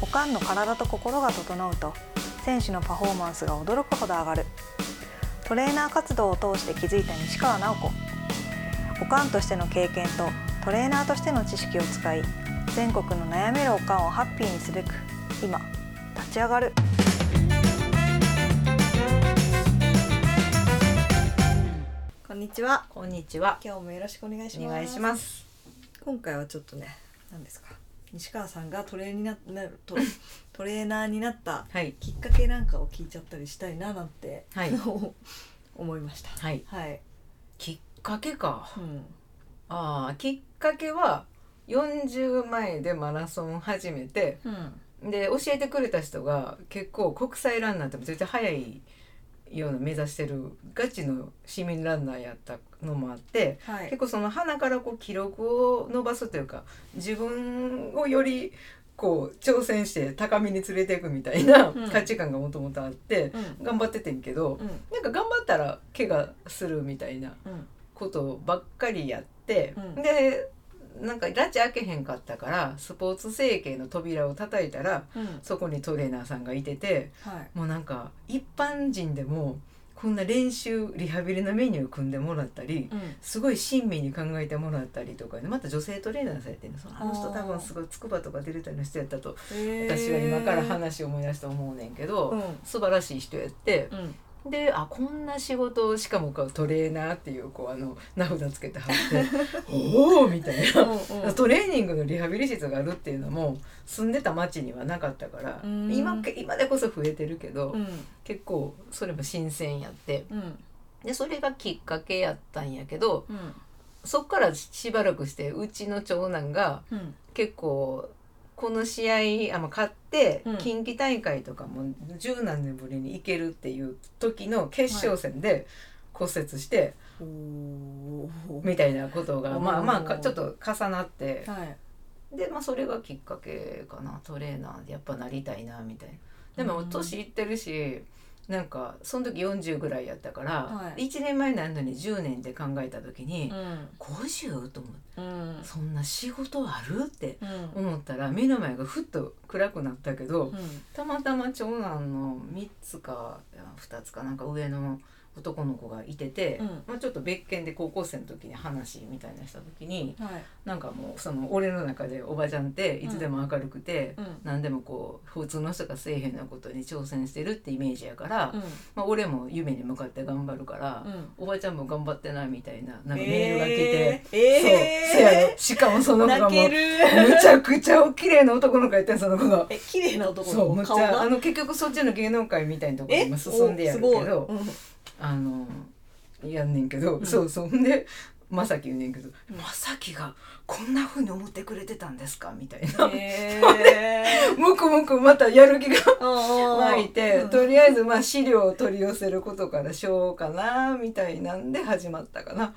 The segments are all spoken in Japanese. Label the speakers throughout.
Speaker 1: おかんの体と心が整うと選手のパフォーマンスが驚くほど上がるトレーナー活動を通して気づいた西川直子おかんとしての経験とトレーナーとしての知識を使い全国の悩めるおかんをハッピーにすべく今立ち上がるこんにちは
Speaker 2: こんにちは。
Speaker 1: 今日もよろしくお願いし
Speaker 2: お
Speaker 1: ます
Speaker 2: 願いします。
Speaker 1: 今回はちょっとね何ですか西川さんがトレーになな トトレーナーになった
Speaker 2: はい。
Speaker 1: きっかけなんかを聞いちゃったりしたいななんて、
Speaker 2: はい
Speaker 1: 思いました
Speaker 2: はい。
Speaker 1: はい、
Speaker 2: きっかけか。
Speaker 1: うん、
Speaker 2: ああ、きっかけは40前でマラソン始めて、
Speaker 1: うん、
Speaker 2: で教えてくれた人が結構国際ランナーってめちゃくちゃ速いような目指してるガチの市民ランナーやったのもあって。
Speaker 1: は
Speaker 2: 結
Speaker 1: い
Speaker 2: 構その鼻からこう記録を伸ばすというか自分をよりこう挑戦して高みに連れていくみたいな
Speaker 1: うん
Speaker 2: 価値観がもともとあって
Speaker 1: うん
Speaker 2: 頑張っててんけど、
Speaker 1: うん
Speaker 2: なんか頑張ったら怪我するみたいな
Speaker 1: うん
Speaker 2: ことばっかりやって、
Speaker 1: うん
Speaker 2: でなんか拉致開けへんかったからスポーツ整形の扉を叩いたら
Speaker 1: うん
Speaker 2: そこにトレーナーさんがいてて
Speaker 1: はい
Speaker 2: もうなんか一般人でもこんな練習リハビリのメニュー組んでもらったり。
Speaker 1: うん
Speaker 2: すごい親身に考えてもらったりとかねまた女性トレーナーされてるのそのあの人
Speaker 1: あー
Speaker 2: 多分すごい筑波とか出るたりの人やったと
Speaker 1: へー
Speaker 2: 私は今から話を思い出して思うねんけど、
Speaker 1: うん
Speaker 2: 素晴らしい人やって、
Speaker 1: うん
Speaker 2: であこんな仕事をしかもこうトレーナーっていうこうあの名札つけては って「おお!」みたいな。
Speaker 1: うん
Speaker 2: トレーニングのリハビリ室があるっていうのも住んでた町にはなかったから
Speaker 1: うん
Speaker 2: 今今でこそ増えてるけど、
Speaker 1: うん
Speaker 2: 結構それも新鮮やって
Speaker 1: うん
Speaker 2: でそれがきっかけやったんやけど
Speaker 1: うん
Speaker 2: そっからしばらくしてうちの長男が
Speaker 1: うん
Speaker 2: 結構この試合あまあ勝って
Speaker 1: うん
Speaker 2: 近畿大会とかも十何年ぶりに行けるっていう時の決勝戦で骨折して
Speaker 1: おー
Speaker 2: みたいなことが、
Speaker 1: おー
Speaker 2: まあまあかちょっと重なって
Speaker 1: はい
Speaker 2: で、まあ、それがきっかけかなトレーナーでやっぱなりたいなみたいな。でも
Speaker 1: うん
Speaker 2: 年いってるしなんかその時40ぐらいやったから、
Speaker 1: はい
Speaker 2: 1年前なのに10年で考えた時に、
Speaker 1: うん
Speaker 2: 50と思って
Speaker 1: うん
Speaker 2: そんな仕事あるって
Speaker 1: うん
Speaker 2: 思ったら目の前がふっと暗くなったけど、
Speaker 1: うん
Speaker 2: たまたま長男の3つか2つかなんか上の男の子がいてて、
Speaker 1: うん
Speaker 2: まあ、ちょっと別件で高校生の時に話みたいなした時に
Speaker 1: はい
Speaker 2: なんかもうその俺の中でおばちゃんっていつでも明るくて。
Speaker 1: うん
Speaker 2: 何でもこう普通の人がせえへんなことに挑戦してるってイメージやから、
Speaker 1: うん
Speaker 2: まあ、俺も夢に向かって頑張るから、
Speaker 1: うん
Speaker 2: おばちゃんも頑張ってないみたいななんかメールが来て、
Speaker 1: えーえー
Speaker 2: そうせやろしかもその子が
Speaker 1: 泣
Speaker 2: も
Speaker 1: け
Speaker 2: う
Speaker 1: る
Speaker 2: むちゃくちゃお綺麗な男の子やってんその子が。
Speaker 1: え綺麗な男
Speaker 2: そ
Speaker 1: の
Speaker 2: う
Speaker 1: 子
Speaker 2: むっち
Speaker 1: 顔
Speaker 2: ゃあ
Speaker 1: が
Speaker 2: の結局そっちの芸能界みたいなところ
Speaker 1: え
Speaker 2: に今進んでやるけ
Speaker 1: おすごい
Speaker 2: ど
Speaker 1: うん
Speaker 2: あのやんねんけど、
Speaker 1: うん
Speaker 2: そうそんでまさき言うねんけど
Speaker 1: う
Speaker 2: 「
Speaker 1: ん
Speaker 2: まさきがこんなふうに思ってくれてたんですか?」みたいな。
Speaker 1: へー
Speaker 2: むくむくまたやる気が湧
Speaker 1: 巻
Speaker 2: いて、とりあえずまあ資料を取り寄せることからしようかなみたいなんで始まったかな。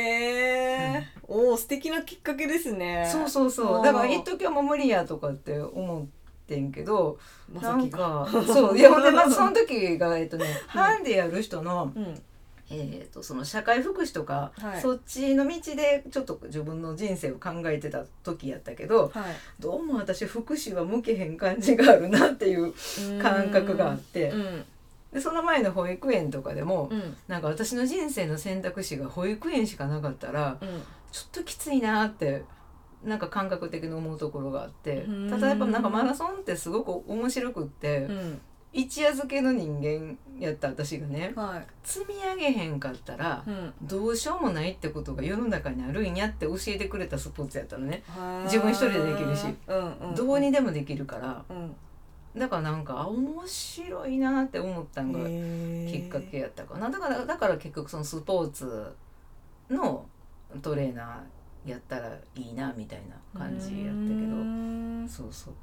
Speaker 1: へえ、おお素敵なきっかけですね
Speaker 2: そうそう
Speaker 1: あ
Speaker 2: そう
Speaker 1: ー
Speaker 2: だから一時はもう無理やとかって思ってんけど、
Speaker 1: ま
Speaker 2: な
Speaker 1: さ
Speaker 2: ん
Speaker 1: きが
Speaker 2: かそういやほんでまずその時がえっとね、ハンデやる人の,、
Speaker 1: うん
Speaker 2: えっとその社会福祉とか、
Speaker 1: はい
Speaker 2: そっちの道でちょっと自分の人生を考えてた時やったけど
Speaker 1: はい
Speaker 2: どうも私福祉は向けへん感じがあるなっていう感覚があって
Speaker 1: うん
Speaker 2: でその前の保育園とかでも、
Speaker 1: うん
Speaker 2: なんか私の人生の選択肢が保育園しかなかったら
Speaker 1: うん
Speaker 2: ちょっときついなってなんか感覚的に思うところがあって
Speaker 1: うん
Speaker 2: 例えばなんかマラソンってすごく面白くって。
Speaker 1: うん
Speaker 2: 一夜漬けの人間やった私がね
Speaker 1: はい
Speaker 2: 積み上げへんかったら
Speaker 1: うん
Speaker 2: どうしようもないってことが世の中にあるんやって教えてくれたスポーツやったのね、自分一人でできるし
Speaker 1: うんうん
Speaker 2: どうにでもできるから
Speaker 1: うん
Speaker 2: だからなんかあ面白いなって思ったのがきっかけやったかなだからだから結局そのスポーツのトレーナーやったらいいなみたいな感じやったけど
Speaker 1: ど
Speaker 2: そう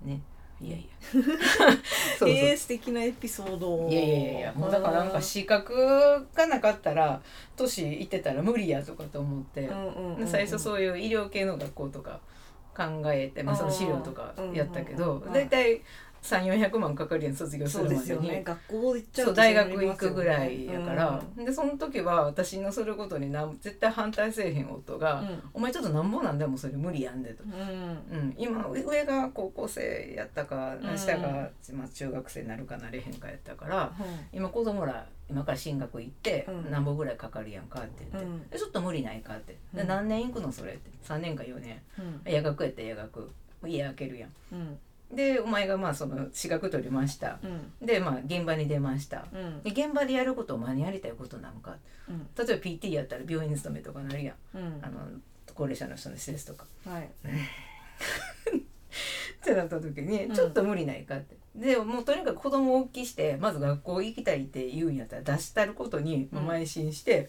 Speaker 2: そうねいやいや そうそう
Speaker 1: えー、素敵なエピソード
Speaker 2: いやいやいやいやもうだからなんか資格がなかったら年行ってたら無理やとかと思って
Speaker 1: う、んうんうんうん
Speaker 2: 最初そういう医療系の学校とか考えて、まあ、その資料とかやったけ
Speaker 1: うん
Speaker 2: ど
Speaker 1: うんうんうん
Speaker 2: 大体、 3400万かかるやん卒業す
Speaker 1: そう
Speaker 2: るまで
Speaker 1: で
Speaker 2: に
Speaker 1: すよね学校行っちゃう
Speaker 2: そう
Speaker 1: と
Speaker 2: 大
Speaker 1: そうな
Speaker 2: 学
Speaker 1: り
Speaker 2: 行
Speaker 1: ますよ
Speaker 2: く
Speaker 1: ね
Speaker 2: ぐらいやから、
Speaker 1: う
Speaker 2: でその時は私のすることになん絶対反対せえへん夫が「
Speaker 1: ん
Speaker 2: お前ちょっとなんぼなんでもそれ無理やんで」と。
Speaker 1: うん
Speaker 2: うん、今上が高校生やったか
Speaker 1: うん
Speaker 2: 下が、まあ、中学生になるかなれへんかやったから今子供ら今から進学行って
Speaker 1: うん
Speaker 2: 何本ぐらいかかるやんかって言っ
Speaker 1: う
Speaker 2: て、
Speaker 1: ん
Speaker 2: でちょっと無理ないかって、で
Speaker 1: うん
Speaker 2: 何年行くのそれって3年か4年
Speaker 1: うん
Speaker 2: 夜学やったら夜学家開けるやん
Speaker 1: うん
Speaker 2: でお前がまあその資格取りました
Speaker 1: うん
Speaker 2: でまあ現場に出ました
Speaker 1: うん
Speaker 2: で現場でやることを間にやりたいことなんか
Speaker 1: うん
Speaker 2: 例えば PT やったら病院勤めとかなるやん
Speaker 1: うん
Speaker 2: あの高齢者の人の施設とか
Speaker 1: はい
Speaker 2: ってなった時に
Speaker 1: うん
Speaker 2: ちょっと無理ないかって、でもうとにかく子供を大きしてまず学校行きたいって言うんやったら出したることにまあ
Speaker 1: うん
Speaker 2: 邁進して、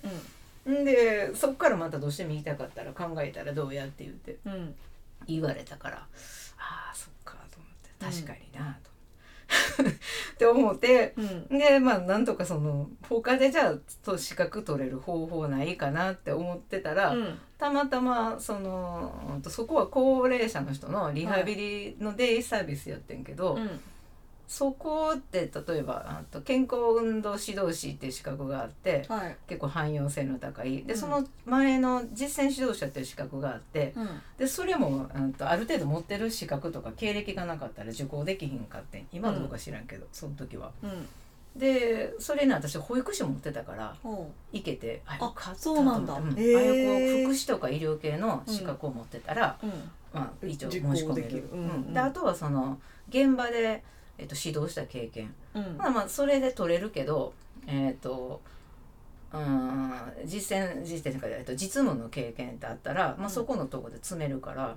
Speaker 1: うん
Speaker 2: でそっからまたどうしても行きたかったら考えたらどうやって言って
Speaker 1: んうん
Speaker 2: 言われたからああそっかと思って
Speaker 1: うん
Speaker 2: 確かになと、 って思って
Speaker 1: うん
Speaker 2: でまあなんとかその他でじゃあと資格取れる方法ないかなって思ってたら、
Speaker 1: うん
Speaker 2: たまたまそのうんとそこは高齢者の人のリハビリのデイサービスやってんけど、
Speaker 1: うん
Speaker 2: そこって例えばあと健康運動指導士っていう資格があって
Speaker 1: はい
Speaker 2: 結構汎用性の高いで
Speaker 1: うん
Speaker 2: その前の実践指導者っていう資格があって
Speaker 1: うん
Speaker 2: でそれもうんとある程度持ってる資格とか経歴がなかったら受講できひんかってん今どうか知らんけど、その時は。
Speaker 1: うん
Speaker 2: でそれに私保育士持ってたから
Speaker 1: ほ
Speaker 2: 行けてあ
Speaker 1: あ
Speaker 2: よかった
Speaker 1: そうなんだ
Speaker 2: と思って
Speaker 1: へ
Speaker 2: う
Speaker 1: ー
Speaker 2: あよこう福祉とか医療系の資格を持ってたら、
Speaker 1: ううん
Speaker 2: まあ、一応申
Speaker 1: 実
Speaker 2: し
Speaker 1: 行
Speaker 2: 込め
Speaker 1: で
Speaker 2: る
Speaker 1: きる
Speaker 2: う
Speaker 1: うんんうん
Speaker 2: であとはその現場で、えっと、指導した経験、
Speaker 1: うん
Speaker 2: まあまあそれで取れるけどえっ、とうーん実践実践というか、えっと、実務の経験ってあったら、まあ、そこのとこで詰めるから。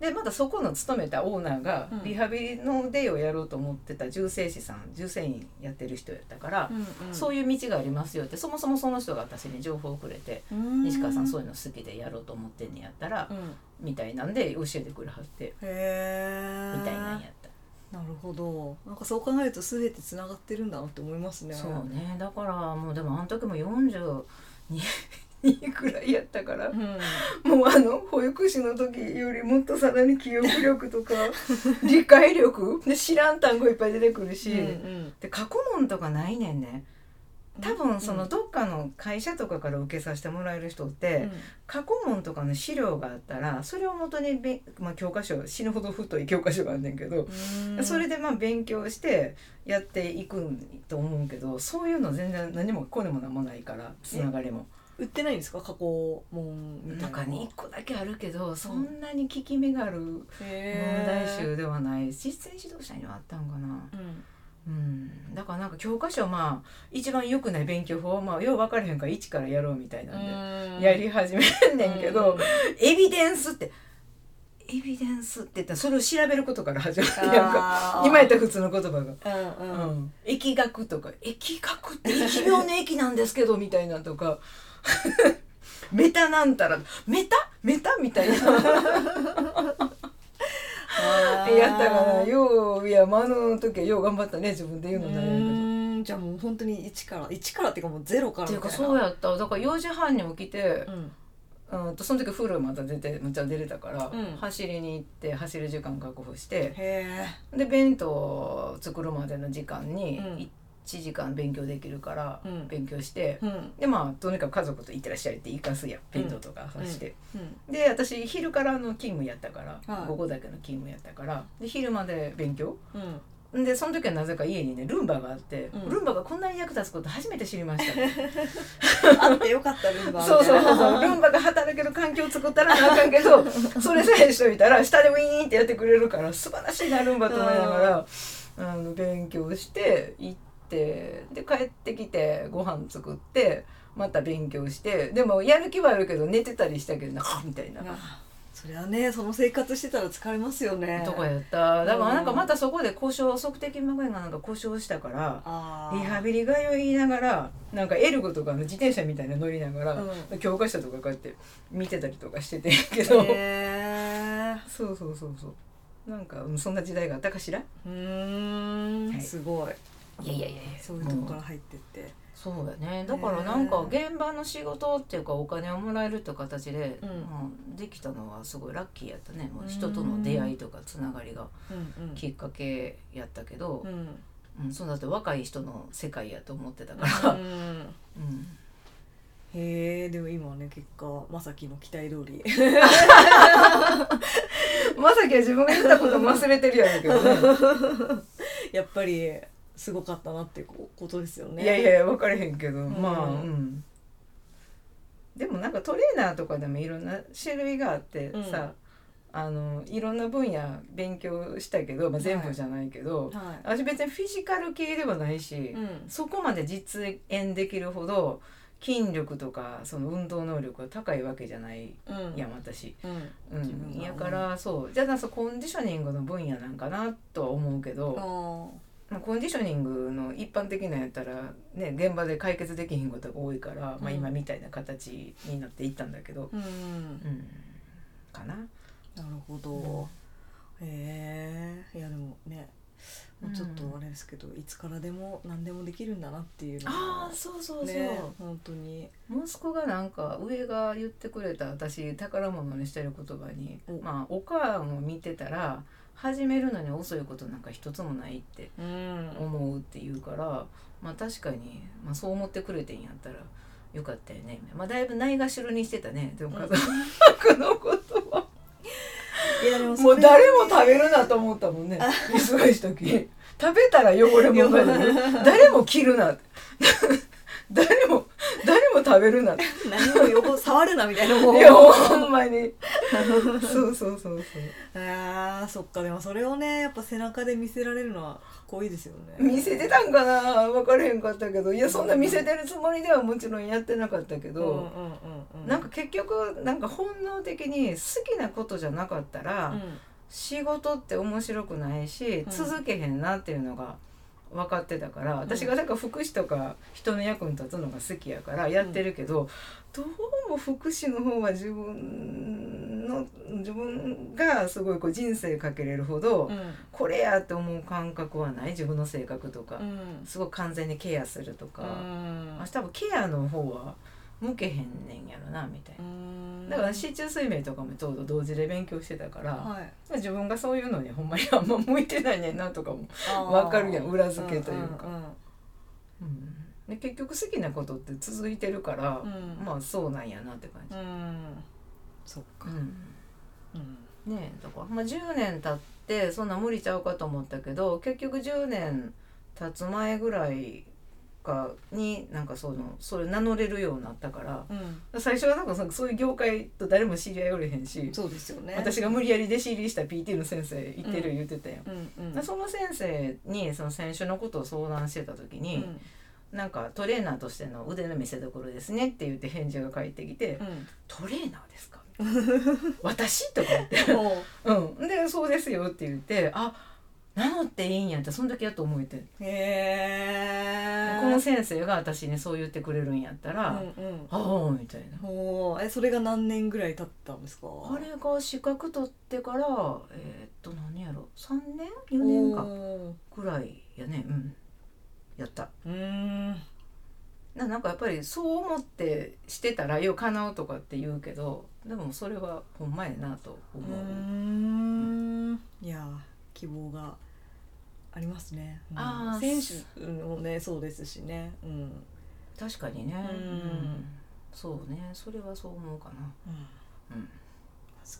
Speaker 2: でまたそこの勤めたオーナーが
Speaker 1: うん
Speaker 2: リハビリのデイをやろうと思ってた重生師さん重生員やってる人やったから、そういう道がありますよってそもそもその人が私に情報をくれて「
Speaker 1: うん
Speaker 2: 西川さんそういうの好きでやろうと思ってんねやったら
Speaker 1: う」ん
Speaker 2: みたいなんで教えてくれはって
Speaker 1: へえ
Speaker 2: みたいなんやった。
Speaker 1: なるほどなんかそう考えると全てつながってるんだなって思いますね
Speaker 2: そうねだからもうでもあの時も42 2くらいやったから
Speaker 1: うん
Speaker 2: もうあの保育士の時よりもっとさらに記憶力 とか理解力で知らん単語いっぱい出てくるし、
Speaker 1: うん
Speaker 2: で過去問とかないねんね多分そのどっかの会社とかから受けさせてもらえる人って、
Speaker 1: うん
Speaker 2: 過去問とかの資料があったらそれを元にべん、まあ、教科書死ぬほど太い教科書があんねんけど、
Speaker 1: うん
Speaker 2: それでまあ勉強してやっていくんと思うけどそういうの全然何もこうでもなんもないからつながりも
Speaker 1: 売ってないんですか加工門みたいな
Speaker 2: 中に1個だけあるけどそんなに効き目がある問題
Speaker 1: 題
Speaker 2: 集ではない実践指導者にはあったんかな、
Speaker 1: うん
Speaker 2: うん、だからなんか教科書まあ一番良くない勉強法まあよう分からへんから一からやろうみたいなんで、やり始めんねんけど、エビデンスってエビデンスって言ったらそれを調べることから始まるやんか
Speaker 1: あー
Speaker 2: 今やったら普通の言葉が。
Speaker 1: うんうん
Speaker 2: うん、疫学とか疫学って疫病の疫なんですけどみたいなとか メタなんたらメタメタみたいな
Speaker 1: あー
Speaker 2: やったかなよういやまああの時はよう頑張ったね自分で言うの
Speaker 1: う
Speaker 2: になるけど。
Speaker 1: ーんじゃあもう本当に一から一からっていうかもうゼロから
Speaker 2: ってい
Speaker 1: み
Speaker 2: う
Speaker 1: たい
Speaker 2: か
Speaker 1: な
Speaker 2: そうやっただから4時半に起きて
Speaker 1: う、ん
Speaker 2: うん、とその時フルまた出てむっちゃ出れたから、
Speaker 1: うん
Speaker 2: 走りに行って走る時間確保して
Speaker 1: へ
Speaker 2: で弁当を作るまでの時間に
Speaker 1: うん
Speaker 2: 1時間勉強できるから
Speaker 1: うん
Speaker 2: 勉強して、
Speaker 1: えうん
Speaker 2: でまあとにかく家族と「いってらっしゃい」って行かすやん弁当とかさして、
Speaker 1: うん
Speaker 2: で私昼からの勤務やったから、
Speaker 1: はい
Speaker 2: 午後だけの勤務やったからで昼まで勉強
Speaker 1: うん
Speaker 2: でその時はなぜか家にねルンバがあって、
Speaker 1: うん
Speaker 2: ルンバがこんなに役立つこと初めて知りました
Speaker 1: あってよかったルンバ
Speaker 2: そうそうそう
Speaker 1: う
Speaker 2: そうルンバが働ける環境を作ったらなあかんけ どそれさえしといたら下でウィーンってやってくれるから素晴らしいなルンバと思いながら、あの勉強して行ってで帰ってきてご飯作ってまた勉強してでもやる気はあるけど寝てたりしたけど なみたいな。
Speaker 1: そりゃねその生活してたら疲れますよね
Speaker 2: とかやっただからなんか
Speaker 1: うん
Speaker 2: またそこで故障足底筋膜炎がなんか故障したから
Speaker 1: あー
Speaker 2: リハビリ通いながらなんかエルゴとかの自転車みたいなの乗りながら、
Speaker 1: う
Speaker 2: 教科書とかこうやって見てたりとかしててんけど、
Speaker 1: へー
Speaker 2: そうそうそうそうなんかうんそんな時代があったかしら
Speaker 1: うー
Speaker 2: は
Speaker 1: ん
Speaker 2: い
Speaker 1: すごい
Speaker 2: いやいやいやいや
Speaker 1: そういうとこから入ってって、
Speaker 2: そうだねだからなんか現場の仕事っていうかお金をもらえるっていう形で、
Speaker 1: うん
Speaker 2: うんできたのはすごいラッキーやったねもう人との出会いとかつながりが
Speaker 1: うんうん
Speaker 2: きっかけやったけど
Speaker 1: う、ん
Speaker 2: うん、そうだって若い人の世界やと思ってたから、うん
Speaker 1: うんへえでも今はね結果まさきの期待通り
Speaker 2: まさきは自分が言ったこと忘れてるやんけど、ね、
Speaker 1: やっぱりすごかったなってことですよね
Speaker 2: いやいやいや分かれへんけど、
Speaker 1: ん
Speaker 2: まあうんでもなんかトレーナーとかでもいろんな種類があって
Speaker 1: うん
Speaker 2: さ、あのいろんな分野勉強したけど、まあ、全部じゃないけど、
Speaker 1: はい
Speaker 2: 私別にフィジカル系ではないし、
Speaker 1: うん
Speaker 2: そこまで実演できるほど筋力とかその運動能力が高いわけじゃない
Speaker 1: うん
Speaker 2: やん私。
Speaker 1: うん
Speaker 2: う
Speaker 1: 自分が
Speaker 2: ん、やからそうじゃあなそうコンディショニングの分野なんかなとは思うけど、
Speaker 1: あ
Speaker 2: まあ、コンディショニングの一般的なやったら、ね、現場で解決できひんことが多いから、ま
Speaker 1: う
Speaker 2: あ、
Speaker 1: ん
Speaker 2: 今みたいな形になっていったんだけど、
Speaker 1: ーうん
Speaker 2: うん、かな。
Speaker 1: なるほど、
Speaker 2: うん
Speaker 1: へえいやでもねもうちょっと
Speaker 2: うん
Speaker 1: あれですけど、いつからでも何でもできるんだなっていうの
Speaker 2: あ
Speaker 1: が
Speaker 2: あそうそうそう、
Speaker 1: ね本当に
Speaker 2: 息子がなんか上が言ってくれた私宝物にしてる言葉に
Speaker 1: お
Speaker 2: 「まあ、お母さんを見てたら始めるのに遅いことなんか一つもない」って
Speaker 1: うん
Speaker 2: 思うって言うから、まあ、確かに、まあ、そう思ってくれてんやったらよかったよね、まあ、だいぶないがしろにしてたねでも家族のことはい
Speaker 1: やでも
Speaker 2: も
Speaker 1: そう
Speaker 2: 誰も食べるなと思ったもんね忙しい時食べたら汚れ物が出る 誰も着るな 誰も誰も食べる な
Speaker 1: 何も横触るなみたいなもう
Speaker 2: いやほんまにそうそうそうそう
Speaker 1: あーそっかでもそれをねやっぱ背中で見せられるのはかっこいいですよね
Speaker 2: 見せてたんかな分からへんかったけどいやそんな見せてるつもりではもちろんやってなかったけ
Speaker 1: うんうんうん
Speaker 2: ど、
Speaker 1: うん
Speaker 2: なんか結局なんか本能的に好きなことじゃなかったら、
Speaker 1: う
Speaker 2: 仕事って面白くないし
Speaker 1: うん
Speaker 2: 続けへんなっていうのが分かってたから、私がなんか福祉とか人の役に立つのが好きやからやってるけど、どうも福祉の方は自分の自分がすごいこう人生かけれるほど、
Speaker 1: んうん
Speaker 2: これやって思う感覚はない自分の性格とか、
Speaker 1: うん
Speaker 2: すごく完全にケアすると
Speaker 1: う
Speaker 2: か、
Speaker 1: ん
Speaker 2: 私多分ケアの方は向けへんねんやろなみたいな。だから市中水明とかもちょうど同時で勉強してたから、
Speaker 1: はい
Speaker 2: まあ自分がそういうのにほんまにあんま向いてないねんなとかも、わかるやん裏付けというか
Speaker 1: か
Speaker 2: で結局好きなことって続いてるから、
Speaker 1: うん
Speaker 2: まあそうなんやなって感じ
Speaker 1: う、んそっかうん
Speaker 2: ねえだから、まあ、10年経ってそんな無理ちゃうかと思ったけど結局10年経つ前ぐらいかになんかそのそれ名乗れるようになったから
Speaker 1: うん
Speaker 2: 最初はなんかそのそういう業界と誰も知り合いおれへんし、
Speaker 1: そうですよね
Speaker 2: 私が無理やり弟子入りした PT の先生行ってる言ってたよ、
Speaker 1: うんうん
Speaker 2: でその先生にその選手のことを相談してた時
Speaker 1: う
Speaker 2: に、
Speaker 1: ん
Speaker 2: なんかトレーナーとしての腕の見せ所ですねって言って返事が返ってきて
Speaker 1: う
Speaker 2: 「トレーナ ーですか? 」私?」とか言って
Speaker 1: んも
Speaker 2: 「うん」で「そうですよ」って言って「あなのっていいんや」ってその時やっと思えてん
Speaker 1: うへえ
Speaker 2: この先生が私にそう言ってくれるんやったら「
Speaker 1: うんうん
Speaker 2: ああ」みたいな。
Speaker 1: ほうえそれが何年ぐらい経ったんですか
Speaker 2: あれが資格取ってからえーっと何やろ3年4年か
Speaker 1: おー
Speaker 2: ぐらいやねうんやった。
Speaker 1: うーん
Speaker 2: ななんかやっぱりそう思ってしてたらよ叶うとかって言うけどでもそれはほんまやなと
Speaker 1: う
Speaker 2: 思う、
Speaker 1: ーんいや希望がありますね、うん
Speaker 2: あー
Speaker 1: 選手もねそうですしねうん、
Speaker 2: 確かにね、
Speaker 1: うん
Speaker 2: そうねそれはそう思うかな、
Speaker 1: うん
Speaker 2: うん
Speaker 1: 好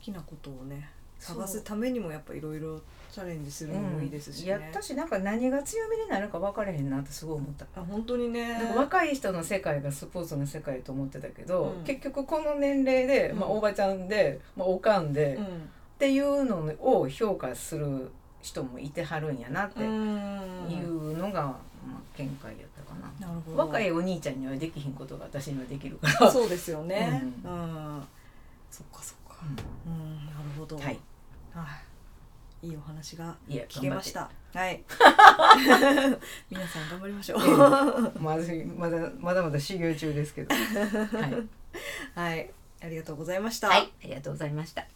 Speaker 1: きなことをね
Speaker 2: そう
Speaker 1: 探すためにもやっぱいろいろチャレンジするのもいいですしね、
Speaker 2: やったしなんか何が強みになるか分からへんなってすごい思った、
Speaker 1: あ本当にね
Speaker 2: なんか若い人の世界がスポーツの世界と思ってたけど、
Speaker 1: うん
Speaker 2: 結局この年齢で、まあ、
Speaker 1: うん
Speaker 2: おばちゃんで、まあ、おかんで、
Speaker 1: う
Speaker 2: っ
Speaker 1: ん
Speaker 2: ていうのを評価する人もいてはるんやなって
Speaker 1: うん
Speaker 2: いうのが、まあ、見解やったかな。
Speaker 1: なるほど
Speaker 2: 若いお兄ちゃんにはできひんことが私にはできるから。
Speaker 1: そうですよね
Speaker 2: う
Speaker 1: うん、そっかそっか
Speaker 2: う
Speaker 1: うんなるほど
Speaker 2: んはい。
Speaker 1: はいいいお話が
Speaker 2: いや
Speaker 1: 聞けまし。たはい 皆さん頑張りましょう
Speaker 2: 頑張ってまずいまだまだまだ修行 中ですけど。はい。
Speaker 1: はいありがとうございました、
Speaker 2: はい。ありがとうございました。